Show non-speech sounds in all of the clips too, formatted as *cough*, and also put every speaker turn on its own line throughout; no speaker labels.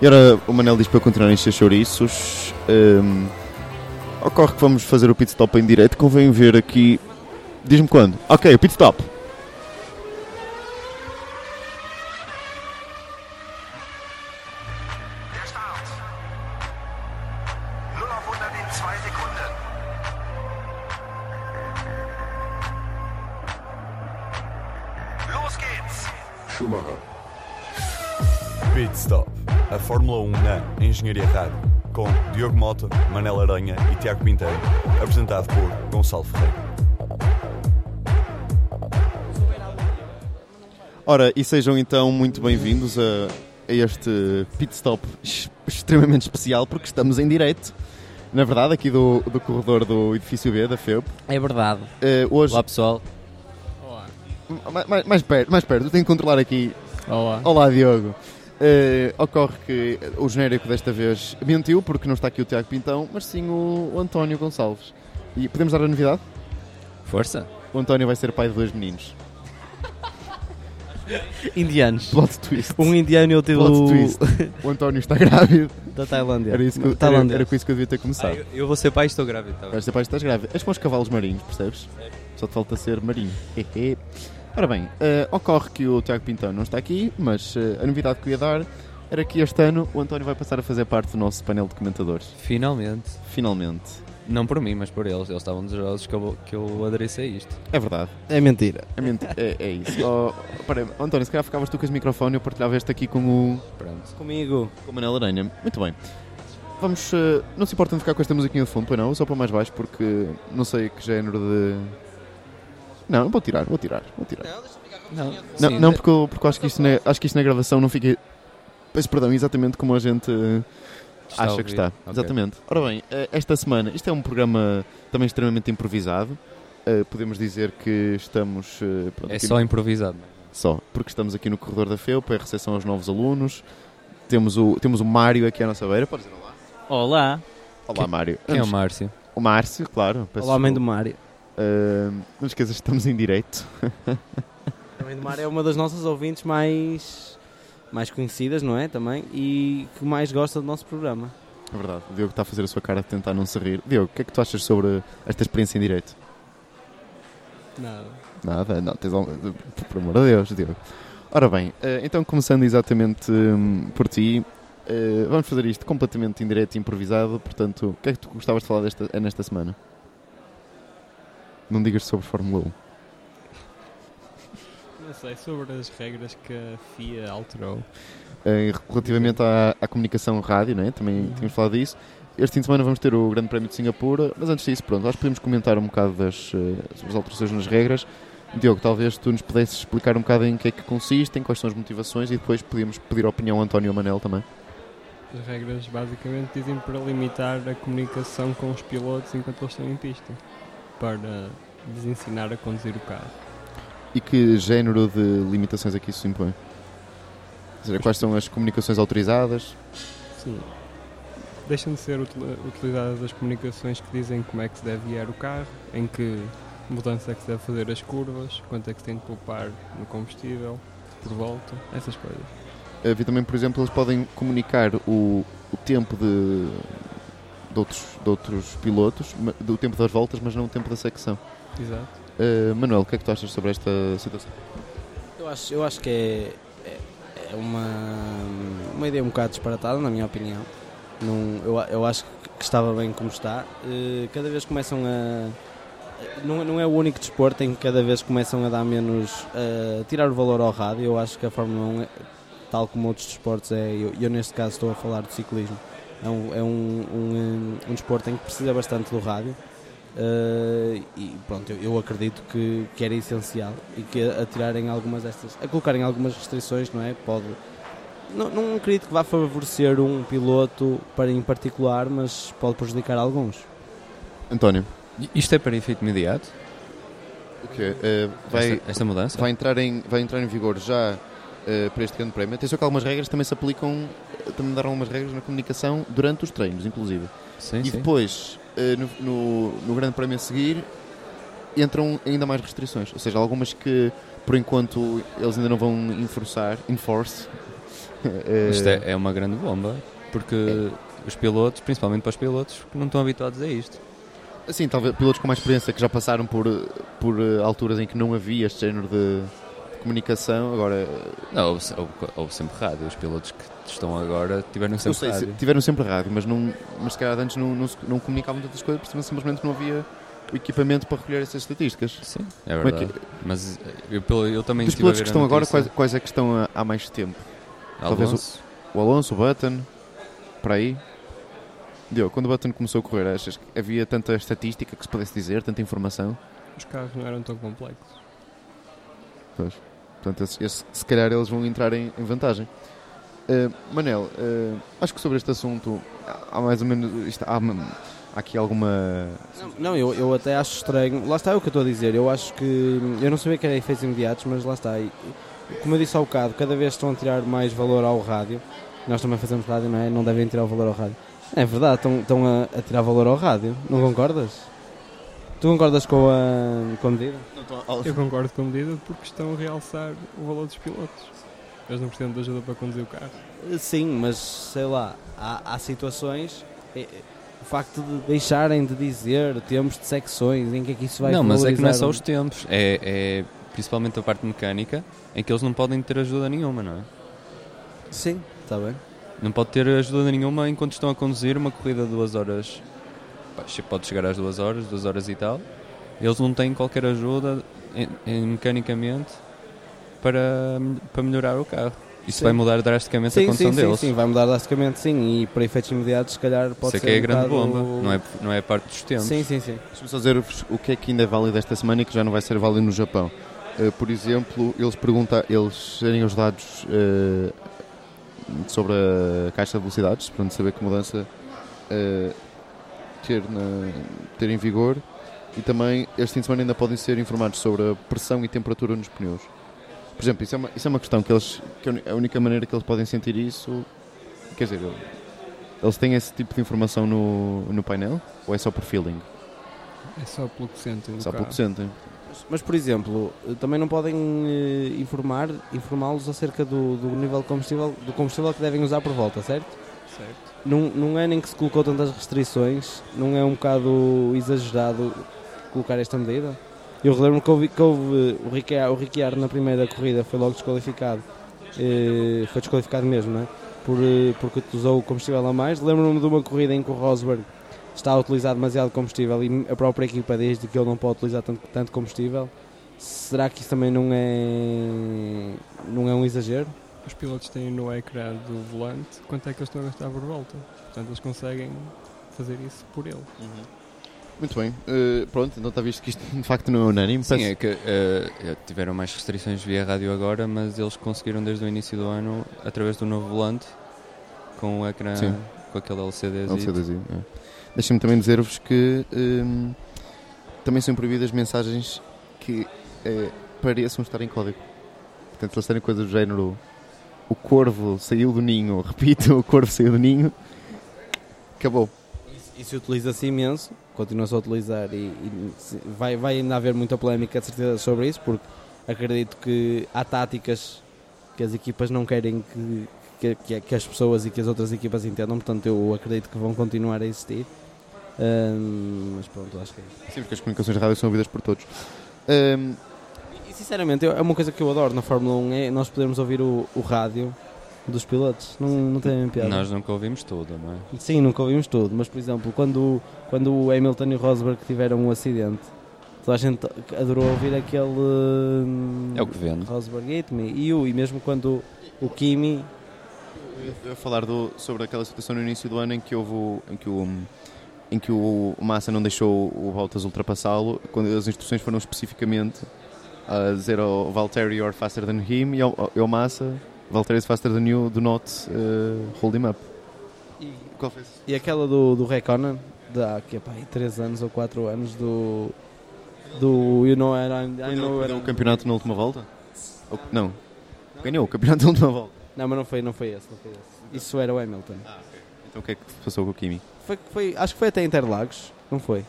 E agora o Manel diz para eu continuar a encher chouriços. Hum, ocorre que vamos fazer o pit stop em direto. Convém ver aqui. Diz-me quando. Ok, pit stop.
Der Start. 0 auf 100 in 2 Sekunden. Los geht's.
Schumacher.
Pit Stop. A Fórmula 1 na Engenharia Rádio. Com Diogo Mota, Manel Aranha e Tiago Pinteiro. Apresentado por Gonçalo Ferreira.
Ora, e sejam então muito bem-vindos a, a este pit stop ex- extremamente especial, porque estamos em direto, na verdade, aqui do, do corredor do edifício B da FEUP.
É verdade.
Eh, hoje,
Olá pessoal.
ma- ma- mais perto, mais perto, eu tenho que controlar aqui
Olá.
Olá, Diogo. Eh, ocorre que o genérico desta vez mentiu, porque não está aqui o Tiago Pintão, mas sim o, o António Gonçalves. E podemos dar a novidade?
Força.
O António vai ser pai de dois meninos.
Indianos.
Plot twist.
Um indiano e outro
Plot twist. O António está grávido.
da Tailândia.
Era, isso que,
tá
eu- era,
Tailândia.
era com isso que eu devia ter começado.
eu, eu vou ser pai e estou grávido, tá bem?
Vais ser pai, estás grávido. És como os cavalos marinhos, percebes? Só te falta ser marinho. Hehe. Ora bem, eh, ocorre que o Tiago Pintão não está aqui, mas eh, a novidade que eu ia dar era que este ano o António vai passar a fazer parte do nosso painel de comentadores.
Finalmente.
Finalmente.
Não por mim, mas por eles. Eles estavam desejosos que eu, que eu aderisse a isto.
É verdade.
É mentira.
É, menti- é, é isso. Oh, pera, António, se calhar ficavas tu com esse microfone e eu partilhava este aqui com o,
Pronto.
Comigo.
com o Manel Aranha. Muito bem. Vamos. eh, não se importam de ficar com esta musiquinha de fundo, pois não? Só para mais baixo, porque não sei que género de. Não, vou tirar, vou tirar, vou tirar.
Não,
Não,
sim,
não
de-
porque, eu- porque eu acho que isto na, acho que isto na gravação não fica. Peço perdão, exatamente como a gente eh,
está a
acha
ouvir.
que está.
Ok.
Exatamente. Ora bem, eh, esta semana, isto é um programa também extremamente improvisado. Eh, podemos dizer que estamos. eh, pronto,
É
aqui
só improvisado. não é?
Só, porque estamos aqui no corredor da FEUP, é a recepção aos novos alunos. Temos o, temos o Mário aqui à nossa beira. Podes dizer olá.
Olá.
Olá, Mário.
Quem é o
Antes-
Márcio?
o Márcio, claro. peço
Olá, mãe do
desculpa.
Mário.
Ah, não esqueças que estamos em direito.
A mãe do Mário é uma das nossas ouvintes mais, mais conhecidas, não é? Também. E que mais gosta do nosso programa.
É verdade. O Diogo está a fazer a sua cara de tentar não se rir. Diogo, o que é que tu achas sobre esta experiência em direito?
Não.
Nada, não, tens algum... Por amor de Deus, Diogo. Ora bem, ah, então começando exatamente hum, por ti, ah, vamos fazer isto completamente em direto e improvisado. Portanto, o que é que tu gostavas de falar desta, nesta semana? Não digas sobre Fórmula 1.
Não sei, sobre as regras que a FIA alterou.
Eh, relativamente à, à comunicação rádio, não é? também tínhamos falado disso. Este fim de semana vamos ter o Grande Prémio de Singapura, mas antes disso, pronto, acho que podemos comentar um bocado das, eh, sobre as alterações nas regras. Diogo, talvez tu nos pudesses explicar um bocado em que é que consistem, quais são as motivações e depois podíamos pedir a opinião ao António Manel também.
As regras basicamente dizem para limitar a comunicação com os pilotos enquanto eles estão em pista. Para lhes ensinar a conduzir o carro.
E que género de limitações é que isso se impõe? Ou seja, quais são as comunicações autorizadas?
Sim. Deixam de ser util- utilizadas as comunicações que dizem como é que se deve guiar o carro, em que mudança é que se deve fazer as curvas, quanto é que se tem de poupar no combustível, por volta, essas coisas.
Havia também, por exemplo, eles podem comunicar o, o tempo de, de, outros, de outros pilotos, ma- do tempo das voltas, mas não o tempo da secção.
Exato.
Uh, Manuel, o que é que tu achas sobre esta situação?
Eu acho, eu acho que é, é, é uma, uma ideia um bocado disparatada, na minha opinião. Não, eu, a- eu acho que estava bem como está. Eh, cada vez começam a. Não, não é o único desporto em que cada vez começam a dar menos. a tirar o valor ao rádio. Eu acho que a Fórmula 1, é- tal como outros desportos, é. Eu, eu neste caso estou a falar do ciclismo. É um, é um, um, eh, um desporto em que precisa bastante do rádio. Uh, e pronto, eu, eu acredito que, que era essencial e que a, a tirarem algumas destas, a colocarem algumas restrições, não é? Pode. Não, não acredito que vá favorecer um piloto para em particular, mas pode prejudicar alguns.
António,
I- Isto é para efeito imediato?
o quê? Uh, vai,
Esta, esta mudança?
vai, entrar em, vai entrar em vigor já uh, para este grande prémio. Atenção que algumas regras também se aplicam, uh, também deram algumas regras na comunicação durante os treinos, inclusive.
Sim,
e
sim.
depois, eh, no, no- no grande prémio a seguir, entram ainda mais restrições. Ou seja, algumas que, por enquanto, eles ainda não vão enforçar, enforce, *laughs* Eh,
Isto é, é uma grande bomba, porque os pilotos, principalmente para os pilotos, que não estão habituados a isto.
Sim, talvez pilotos com mais experiência que já passaram por, eh, por eh, alturas em que não havia este género de de comunicação. Agora, eh,
Não, houve, se- houve, houve sempre rádio. Os pilotos que estão agora tiveram
não
sempre
sei, se-
rádio.
tiveram sempre rádio, mas, não, mas se calhar antes não, não, se- não comunicavam tantas coisas, porque simplesmente não havia o equipamento para recolher essas estatísticas.
Sim, é
Como é que-
verdade. Mas eh, eu, pelo- eu também
Dos
estive a
pilotos
ver
que
a
estão agora,
notícia.
quais, quais é que estão há- há mais tempo? talvez o-
Alonso,
O Alonso, o Button, para aí. Diogo, quando o Button começou a correr, achas que havia tanta estatística que se pudesse dizer, tanta informação?
Os carros não eram tão complexos.
Portanto, esse- esse- se calhar eles vão entrar em, em vantagem. Eh, Manel, eh, acho que sobre este assunto há- há mais ou menos. isto- há, há aqui alguma.
Não, eu, eu até acho estranho. Lá está é o que eu estou a dizer. Eu acho que. Eu não sabia que era efeitos imediatos, mas lá está. E, como eu disse há bocado, cada vez estão a tirar mais valor ao rádio. Nós também fazemos rádio, não é? Não devem tirar o valor ao rádio. É verdade, estão, estão a, a tirar valor ao rádio. Não concordas? Tu concordas com a, com a medida?
Eu concordo com a medida porque estão a realçar o valor dos pilotos. Eles não precisam de ajuda para conduzir o carro.
Sim, mas sei lá. Há, há situações. eh, eh, O facto de deixarem de dizer tempos de secções, em que é que isso vai
não, mas é que não é
valorizar
só
um-
os tempos, é, é principalmente a parte mecânica, em que eles não podem ter ajuda nenhuma, não é?
Sim, está bem.
Não pode ter ajuda nenhuma enquanto estão a conduzir uma corrida de duas horas. Pá, che- Pode chegar às duas horas, duas horas e tal. Eles não têm qualquer ajuda em, em- mecanicamente para, para melhorar o carro. Isso
Sim.
vai mudar drasticamente a condição
sim,
deles.
Sim, vai mudar drasticamente, sim. E para efeitos imediatos, se calhar
Isso
pode
é
ser.
que é a
um
grande
bocado-
bomba, não é, não é a parte dos tempos.
Sim, sim, sim.
Deixa-me só dizer-vos o que é que ainda é válido esta semana e que já não vai ser válido no Japão. Eh, por exemplo, eles perguntam, eles serem os dados eh, sobre a caixa de velocidades, para saber que mudança eh, ter, na- ter em vigor. E também, este fim de semana ainda podem ser informados sobre a pressão e temperatura nos pneus. Por exemplo, isso é uma, isso é uma questão que eles, que a uni- a única maneira que eles podem sentir isso, quer dizer, eles têm esse tipo de informação no, no painel ou é só por feeling?
É só pelo que sentem do
Só
carro.
pouco sentem.
Mas, mas, por exemplo, eh, também não podem eh, informar, informá-los acerca do, do nível de combustível, do combustível que devem usar por volta, certo?
Certo.
Num, num ano em é que se colocou tantas restrições, não é um bocado exagerado colocar esta medida? Eu lembro-me que houve, que houve, eh, o Ricciardo, o Ricciardo na primeira corrida foi logo desqualificado. Eh, foi desqualificado mesmo, não é? Por, eh, porque usou o combustível a mais. Lembro-me de uma corrida em que o Rosberg está a utilizar demasiado combustível e a própria equipa diz que ele não pode utilizar tanto, tanto combustível. Será que isso também não é, não é um exagero?
Os pilotos têm no ecrã do volante quanto é que eles estão a gastar por volta. Portanto, eles conseguem fazer isso por ele.
Uhum. Muito bem. Eh, pronto, então está visto que isto *laughs* de facto não é unânime.
Sim,
Peço-
é que eh, tiveram mais restrições via rádio agora, mas eles conseguiram desde o início do ano, através do novo volante, com o ecrã,
Sim.
com aquele LCD.
Não sei dizer, é. Deixem-me também dizer-vos que ehm, também são proibidas mensagens que eh, pareçam estar em código. Portanto, se eles terem coisas do género o corvo saiu do ninho, *laughs* repito, o corvo saiu do ninho, acabou.
Isso utiliza-se imenso, continua-se a utilizar e, e se- vai, vai ainda haver muita polémica de certeza sobre isso, porque acredito que há táticas que as equipas não querem que, que- que, que as pessoas e que as outras equipas entendam, portanto eu acredito que vão continuar a existir. Ahm, mas pronto, acho que é isso.
Sim, porque as comunicações de rádio são ouvidas por todos. Ehm,
E sinceramente, eu- é uma coisa que eu adoro na Fórmula 1 é nós podermos ouvir o, o rádio dos pilotos. Não, não tem mesmo piada.
Nós nunca ouvimos tudo, não é?
Sim, nunca ouvimos tudo, mas por exemplo, quando, quando o Hamilton e o Rosberg tiveram um acidente, toda a gente adorou ouvir aquele. hum,
É o que vende.
Rosberg hit me. E, o, e mesmo quando o Kimi.
Eu ia falar do- sobre aquela situação no início do ano em que houve o- em que o em que o Massa não deixou o Bottas ultrapassá-lo, quando as instruções foram especificamente a dizer ao Valtteri you're faster than him e ao, ao Massa Valtteri is faster than you, do not eh, hold him up.
E,
Qual foi esse?
aquela do, do Reconan, de há que, pá, 3 anos ou 4 anos, do. Do You Know Where I'm. I know where
Ganhou o
I'm-
um campeonato na última volta? Ou- não. Ganhou o campeonato na última volta.
Não, mas não foi, não foi esse, não foi esse. Isso era o
Ah.
Hamilton.
Então o que é que se passou com o Kimi?
Foi, foi- acho que foi até Interlagos, não foi?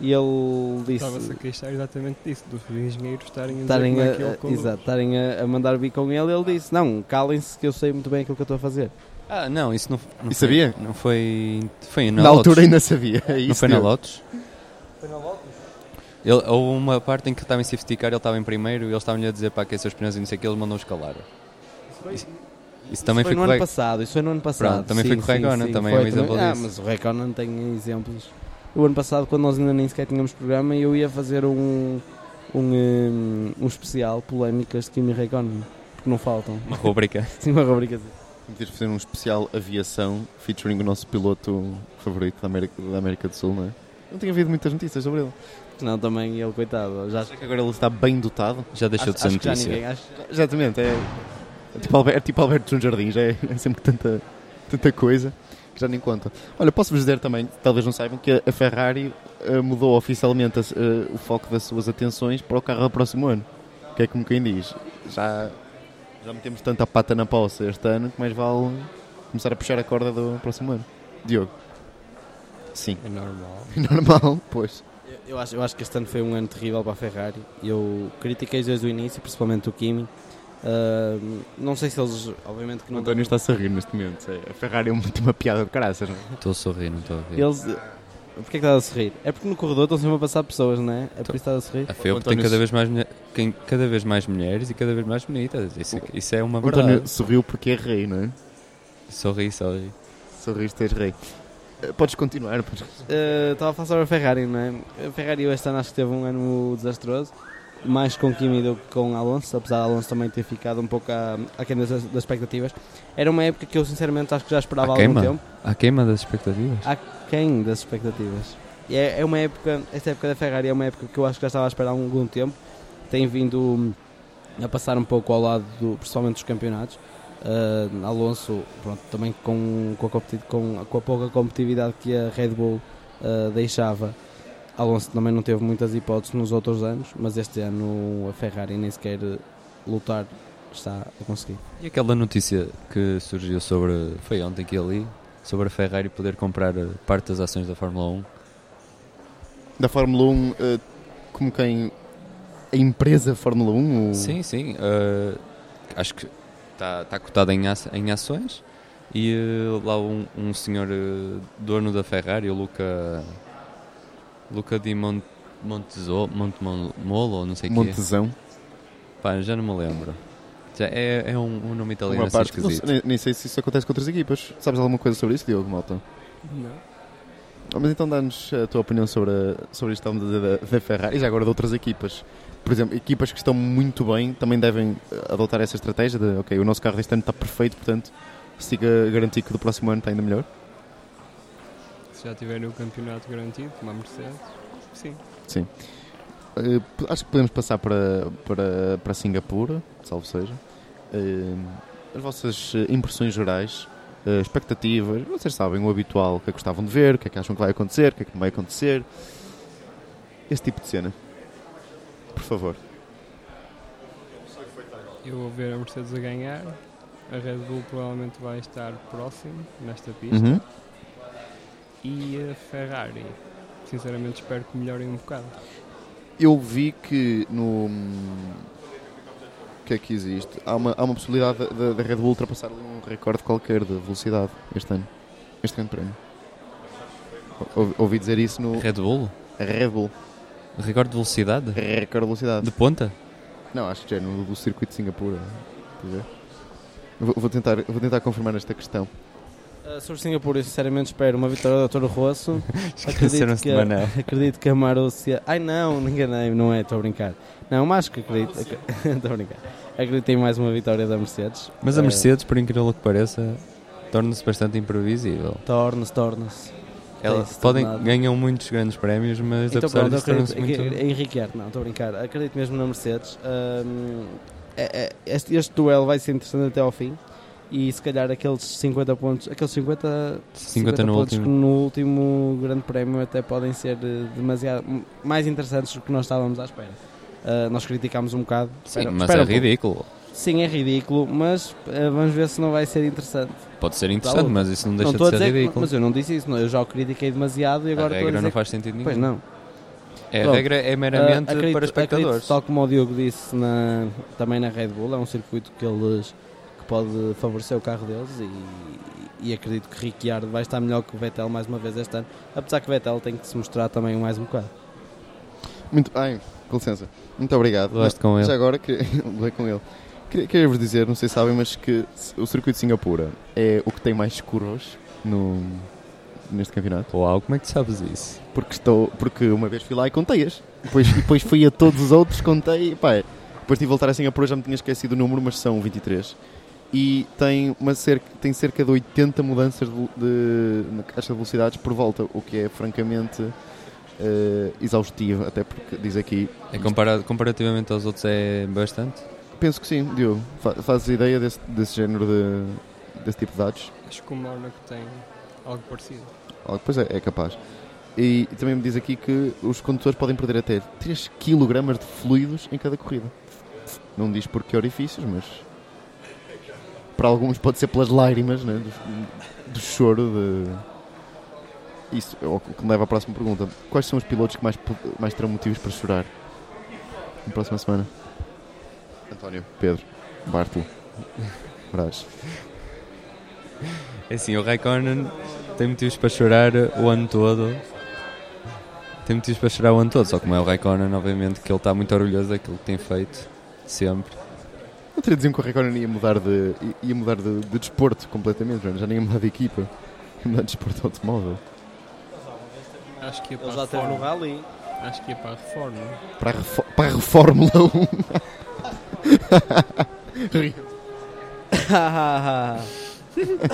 E e ele
Estava-se a
disse
queixar exatamente disso, dos engenheiros estarem a dizer
estarem
como
a,
é que ele conduz.
exato, estarem a, a mandar vir com ele, ele disse, não, calem-se que eu sei muito bem aquilo que eu estou a fazer.
Ah, não, isso não, não
E
foi-
sabia?
Não foi. Foi
Na,
na Lotus.
altura ainda sabia. É
Não
isso,
foi na
Diogo.
Lotus? Ele, houve uma parte em que estava em safety car, ele estava em primeiro e eles estavam-lhe a dizer para aquecer os pneus e não sei o que, eles mandam escalar. Isso, isso também
isso
foi
foi no ano
correto.
passado, isso foi no ano passado.
Pronto, também foi
sim,
com o Raikkonen,
sim, sim,
também é
foi,
um exemplo
Ah,
disso.
mas o Raikkonen tem exemplos. O ano passado, quando nós ainda nem sequer tínhamos programa, eu ia fazer um, um, um, um especial polémicas de Kimi Raikkonen, porque não faltam. *laughs*
Uma rubrica.
Sim, uma rubrica assim.
Temos de fazer um especial aviação featuring o nosso piloto favorito da América, da América do Sul, não é? Não tinha havido muitas notícias sobre ele.
Senão também ele, coitado, já
Será que agora ele está bem dotado?
Já deixou de
acho,
ser
acho que já
notícia.
ninguém, acho,
Exatamente, é, é tipo Alberto, é tipo Alberto de um jardim, já é, é sempre tanta, tanta coisa que já nem conta. Olha, posso-vos dizer também, talvez não saibam, que a- a Ferrari eh, mudou oficialmente as, eh, o foco das suas atenções para o carro do próximo ano. Que é como quem diz, já, já metemos tanta pata na poça este ano que mais vale começar a puxar a corda do próximo ano. Diogo. Sim, *laughs*
É normal.
normal, pois.
Eu- Eu acho, eu acho que este ano foi um ano terrível para a Ferrari. Eu critiquei desde o início, principalmente o Kimi. Ah, não sei se eles, obviamente que
O
não.
António está-se a rir neste momento. é, A Ferrari é uma, tem uma piada de caraças, não é?
Estou a sorrir, não estou a ver.
Eles. Porquê que estás a sorrir? É porque no corredor estão sempre a passar pessoas, não é? É por isso que estás a sorrir.
A FEUP tem
António,
cada vez, mais, mulher- tem cada vez mais mulheres e cada vez mais bonitas. Isso, isso é uma
O
verdade.
António sorriu porque é rei, não é?
Sorri, sorri.
Sorriso, tens rei. Eh, Podes continuar, podes...
Ah, Estava a falar sobre a Ferrari, não é? A Ferrari este ano acho que teve um ano desastroso. Mais com Kimi do que com Alonso, apesar de Alonso também ter ficado um pouco à- aquém das, das expectativas. Era uma época que eu sinceramente acho que já esperava há algum
Aquém-me?
tempo.
A queima das expectativas.
aquém das é expectativas. E é, é uma época, esta época da Ferrari é uma época que eu acho que já estava a esperar há algum tempo. Tem vindo hum, a passar um pouco ao lado, do, principalmente dos campeonatos. Ah, Alonso, pronto, também com, com, a competi- com, a- com a pouca competitividade que a Red Bull ah, deixava. Alonso também não teve muitas hipóteses nos outros anos, mas este ano a Ferrari nem sequer lutar está a conseguir.
E aquela notícia que surgiu sobre. Foi ontem que eu li. Sobre a Ferrari poder comprar eh, parte das ações da Fórmula 1.
Da Fórmula 1, eh, como quem. A empresa Fórmula 1? o-
Sim, sim. eh, acho que está tá cotada em, aç- em ações. E eh, lá um, um senhor eh, dono da Ferrari, o Luca. Luca di Mon- Montezo- Montemolo, não sei o quê.
Montezão.
Pá, já não me lembro. Já é, é um, um nome italiano
Uma
assim
parte. Não,
esquisito.
nem, nem sei se isso acontece com outras equipas. Sabes alguma coisa sobre isso, Diogo Malta?
Não.
Ah, Mas então dá-nos a tua opinião sobre, a- sobre isto que estamos a dizer da, da Ferrari e já agora de outras equipas. Por exemplo, equipas que estão muito bem também devem eh, adotar essa estratégia de, ok, o nosso carro deste ano está perfeito, portanto, siga a garantir que do próximo ano está ainda melhor.
Se já tiverem o campeonato garantido, como a Mercedes, sim.
Eh, p- acho que podemos passar para, para, para Singapura, salvo seja. Eh, as vossas eh, impressões gerais, eh, expectativas, vocês sabem o habitual, o que é que gostavam de ver, o que é que acham que vai acontecer, o que é que não vai acontecer. Esse tipo de cena. Por favor.
Eu vou ver a Mercedes a ganhar. A Red Bull provavelmente vai estar próximo nesta pista.
Uhum.
E a Ferrari, sinceramente, espero que melhorem um bocado.
Eu vi que no. O que é que existe? Há uma, há uma possibilidade da- da da Red Bull ultrapassar ali um recorde qualquer de velocidade este ano. Este grande prémio. Ou- Ouvi dizer isso no
Red Bull?
Red Bull.
Recorde de velocidade?
Recorde de velocidade.
De ponta?
Não, acho que já é no do circuito de Singapura. Estás a ver? Eu Vou, vou tentar, eu vou tentar confirmar esta questão.
Ah, sobre Singapura, eu sinceramente espero uma vitória do Toro Rosso.
Esqueceram-se
que
de
a-
Mané.
Acredito que a Marúcia. Ai não, *laughs* me enganei, não é, estou a brincar. Não, mas acho que acredito. *laughs* Estou a brincar. Acredito em mais uma vitória da Mercedes.
Mas a
Eh,
Mercedes, por incrível que pareça, torna-se bastante imprevisível.
Torna-se, torna-se.
Ela-
isso,
podem,
nada.
ganham muitos grandes prémios, mas
Então
apesar
pronto,
disso tornam-se
acredito.
muito...
Muito... Henrique Arte, não, estou a brincar. Acredito mesmo na Mercedes. Hum, é- é- este, este duelo vai ser interessante até ao fim. E se calhar aqueles 50 pontos, aqueles 50,
50 no
pontos
último.
que no último Grande Prémio até podem ser eh, demasiado m- mais interessantes do que nós estávamos à espera. Ah, nós criticámos um bocado.
Sim,
Espera-
mas
espera
é
um pouco.
ridículo.
Sim, é ridículo, mas eh, vamos ver se não vai ser interessante.
Pode ser interessante,
Tá,
mas isso não
não
deixa
estou
de ser
a dizer, que-
ridículo.
mas eu não disse isso, não, eu já o critiquei demasiado e agora
a
estou
regra
a dizer
não
que-
faz sentido nenhum.
Pois não.
É, a
Pronto.
regra é meramente
Ah, acredito-
para espectadores.
acredito, tal como o Diogo disse na- também na Red Bull, é um circuito que eles que pode favorecer o carro deles e, e acredito que Ricciardo vai estar melhor que o Vettel mais uma vez este ano, apesar que o Vettel tem que se mostrar também mais um bocado.
Muito bem, com licença. Muito obrigado.
Levaste com ele.
Já agora, que- *laughs* levei com ele. Queria- Queria-vos dizer, não sei se sabem, mas que se- o circuito de Singapura é o que tem mais curvas no, neste campeonato.
Uau, como é que tu sabes isso?
Porque, estou, porque uma vez fui lá e contei-as. Depois, depois fui a todos os outros, contei. e Pá, é. depois de voltar assim a Singapura já me tinha esquecido o número, mas são 23. E tem, uma cerca, tem cerca de 80 mudanças de, de- na caixa de velocidades por volta, o que é francamente eh, exaustivo, até porque diz aqui
É comparado, comparativamente aos outros é bastante?
Penso que sim, Diogo. Fa- Fazes ideia desse, desse género de. desse tipo de dados?
Acho que o Mónaco tem algo parecido.
Ah, Pois é, é capaz. E também me diz aqui que os condutores podem perder até 3 kg de fluidos em cada corrida. Não diz por que orifícios, mas. Para alguns pode ser pelas lágrimas, né? do, do choro, de. Isso, é o que me leva à próxima pergunta. Quais são os pilotos que mais, po- mais terão motivos para chorar? Na próxima semana? António, Pedro, Bartolo, Brás.
É assim, o Raikkonen tem motivos para chorar o ano todo. Tem motivos para chorar o ano todo, só como é o Raikkonen, obviamente que ele está muito orgulhoso daquilo que tem feito, sempre.
Eu teria dizer que o Raikkonen ia mudar de, ia mudar de, de desporto completamente, mano. já nem ia mudar de equipa. Ia mudar de desporto de automóvel.
Acho que ia para
Ele
a
já teve no
reforma.
Rally. *laughs*
Acho que ia para a reforma.
Para a, refo para a um. Reformula 1. *laughs*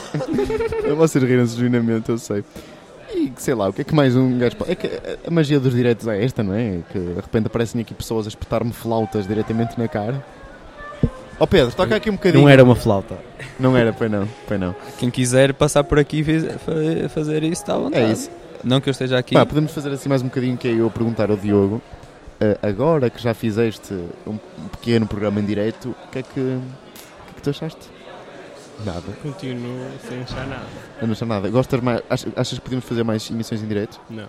Vocês riram-se genuinamente, eu sei. E que sei lá, o que é que mais um gajo. pode- É que a- a magia dos diretos é esta, não é? Que de repente aparecem aqui pessoas a espetar-me flautas diretamente na cara. Ó Pedro, toca aqui um bocadinho.
Não era uma flauta.
Não era, pois não, pois não.
Quem quiser passar por aqui e fiz- fa- fazer isso está à vontade.
É isso.
Não que eu esteja aqui.
Pá, podemos fazer assim mais um bocadinho que é eu perguntar ao Diogo, eh, agora que já fizeste um pequeno programa em direto, o que é que, o que, é que tu achaste? Nada.
Continuo sem achar nada.
Eu não achei nada. Gostas mais, ach- achas que podemos fazer mais emissões em direto?
Não,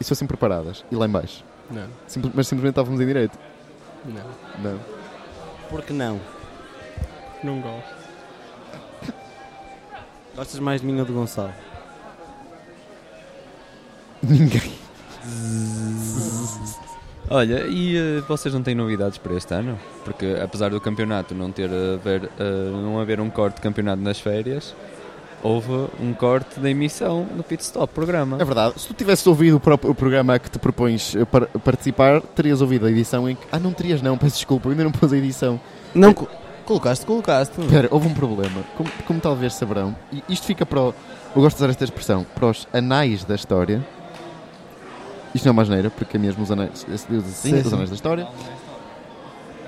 E se fossem preparadas? E lá em baixo?
não,
Simples- mas simplesmente estávamos em direto?
não.
Não.
Por que não?
Não gosto.
Gostas mais de mim ou de Gonçalo?
*laughs* Ninguém.
Olha, e eh, vocês não têm novidades para este ano? Porque apesar do campeonato não ter a ver, eh, não haver um corte de campeonato nas férias, houve um corte da emissão no Pit Stop programa.
É verdade. Se tu tivesses ouvido o, próprio, o programa a que te propões eh, par- participar, terias ouvido a edição em que... Ah, não terias não, peço desculpa, eu ainda não pus a edição.
Não, colocaste, colocaste.
Espera, houve um problema. Como, como talvez saberão, e isto fica para. O, eu gosto de usar esta expressão, para os anais da história. Isto não é uma asneira, porque é mesmo os anais. Esse Deus assim,
Sim,
os
sim.
anais da história.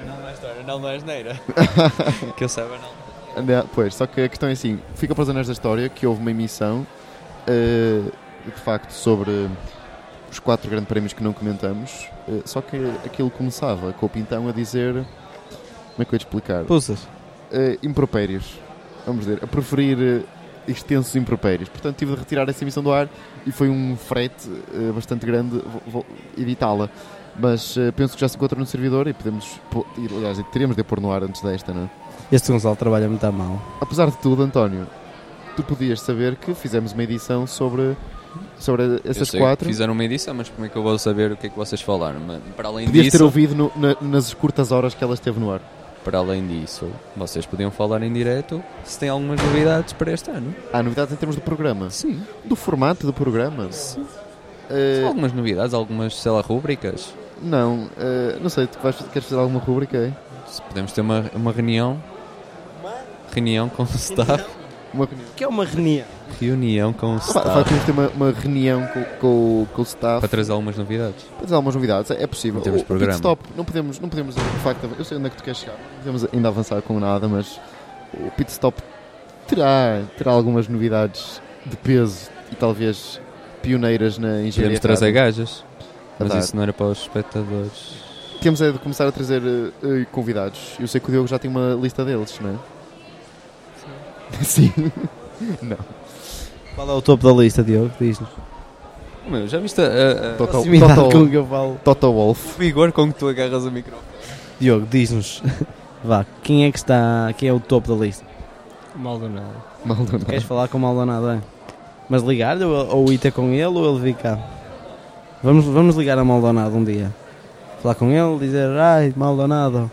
Não é história, não é geneira.
*laughs*
que eu saiba, não.
Anda- Pois, só que a questão é assim: fica para os anais da história que houve uma emissão, eh, de facto, sobre os quatro grandes prémios que não comentamos. eh, só que aquilo começava com o Pintão a dizer. Como é que eu ia te explicar?
Pulsas.
eh, impropérios. Vamos dizer, a preferir eh, extensos impropérios. Portanto, tive de retirar essa emissão do ar e foi um frete eh, bastante grande vo- vo- editá-la. Mas eh, penso que já se encontra no servidor e podemos. pô- e, aliás, e teremos de a pôr no ar antes desta, não é?
Este Gonçalo trabalha muito a mal.
Apesar de tudo, António, tu podias saber que fizemos uma edição sobre, sobre
Eu
essas
sei
quatro.
Que fizeram uma edição, mas como é que eu vou saber o que é que vocês falaram? Mas, para, além
Podias ter
disso,
ouvido no- na- nas curtas horas que ela esteve no ar.
para além disso, vocês podiam falar em direto se têm algumas novidades para este ano.
Há novidades em termos do programa.
Sim.
Do formato do programa.
Sim.
Eh,
Algumas novidades, algumas, sei lá, rúbricas.
não, eh, não sei, tu vais, queres fazer alguma rubrica aí?
Se podemos ter uma, uma reunião. Reunião com o staff.
Uma reunião.
O que é uma reunião?
Reunião com o
Vai
staff.
ter uma, uma reunião com, com, o- com o staff
Para trazer algumas novidades.
para dizer algumas novidades. É possível.
Em termos de
O- o
programa.
pit stop, não podemos, não podemos de facto, eu sei onde é que tu queres chegar, não podemos ainda avançar com nada, mas o pit stop terá, terá algumas novidades de peso e talvez pioneiras na engenharia. É
Podemos trazer
errada.
gajas. Mas
Tá.
isso não era para os espectadores.
Temos é de começar a trazer eh, eh, convidados. Eu sei que o Diogo já tem uma lista deles, não é? Sim. *laughs*
Qual é o topo da lista, Diogo? Diz-nos.
Meu, já viste a, a- a-
Total,
Proximidade
total,
com que eu falo.
total
o
Wolf.
vigor com que tu agarras o microfone?
Diogo, diz-nos. Vá, quem é que está. Quem é o topo da lista?
Maldonado.
Maldonado.
Queres falar com o Maldonado? é? Mas ligar-lhe ou, ou ir ter com ele ou ele vir cá? Vamos, vamos ligar a Maldonado um dia. Falar com ele, dizer, ai, Maldonado.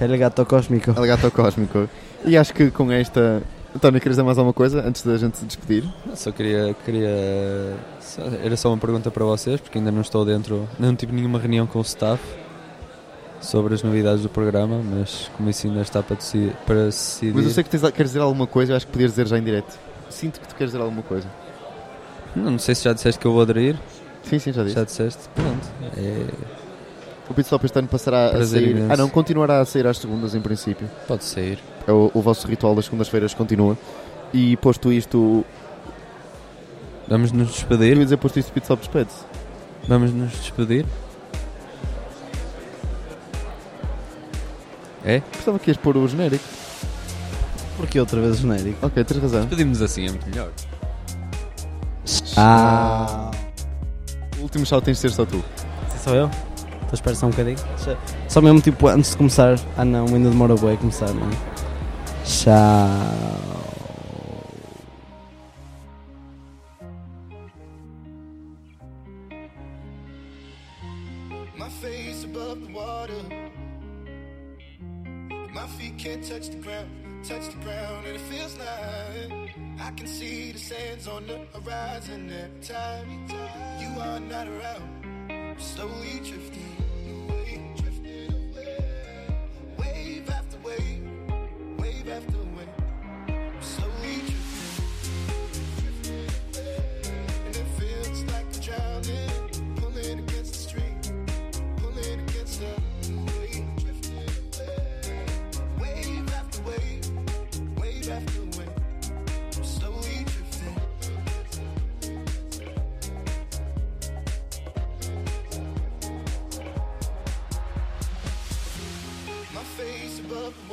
Ele gato cósmico.
Alegato Cósmico. E acho que com esta. António, queres dizer mais alguma coisa antes da gente se despedir?
Não, Só queria. queria só- era só uma pergunta para vocês, porque ainda não estou dentro. Não tive nenhuma reunião com o staff sobre as novidades do programa, mas como isso ainda está para decidir. Para decidir
Mas eu sei que tens, queres dizer alguma coisa, eu acho que podias dizer já em direto. Sinto que tu queres dizer alguma coisa.
não, não sei se já disseste que eu vou aderir.
Sim, sim, já disse.
Já disseste? Pronto. É,
O Pit Stop este ano passará a
Prazer
sair.
imenso.
Ah, não, continuará a sair às segundas, em princípio.
pode sair.
É O, o vosso ritual das segundas-feiras continua. E posto isto.
Vamos nos
Eu
despedir.
ia dizer posto isto, o Pit Stop despede-se.
Vamos nos despedir. É?
Gostava que ias pôr o genérico.
Porque outra vez o genérico.
Ok, tens razão.
Despedimos assim, é muito melhor.
Ah.
O último show tens de ser só tu.
Sim, sou eu? Estou a esperar só um bocadinho. Só- Só mesmo tipo antes de começar. Ah não, ainda demora bem a começar, não é? Tchau.
My face above the water. My feet can't touch the ground, touch the ground, and it feels like I can see the sands on the horizon every time you are not around. I'm slowly drifting away, drifting away. Wave after wave, wave after wave. I'm slowly drifting, drifting away. And it feels like I'm drowning, pulling against the stream pulling against the wave, drifting away. Wave after wave, wave after wave. I'm slowly drifting. My face above the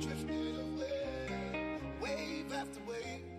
drifting away, wave after wave,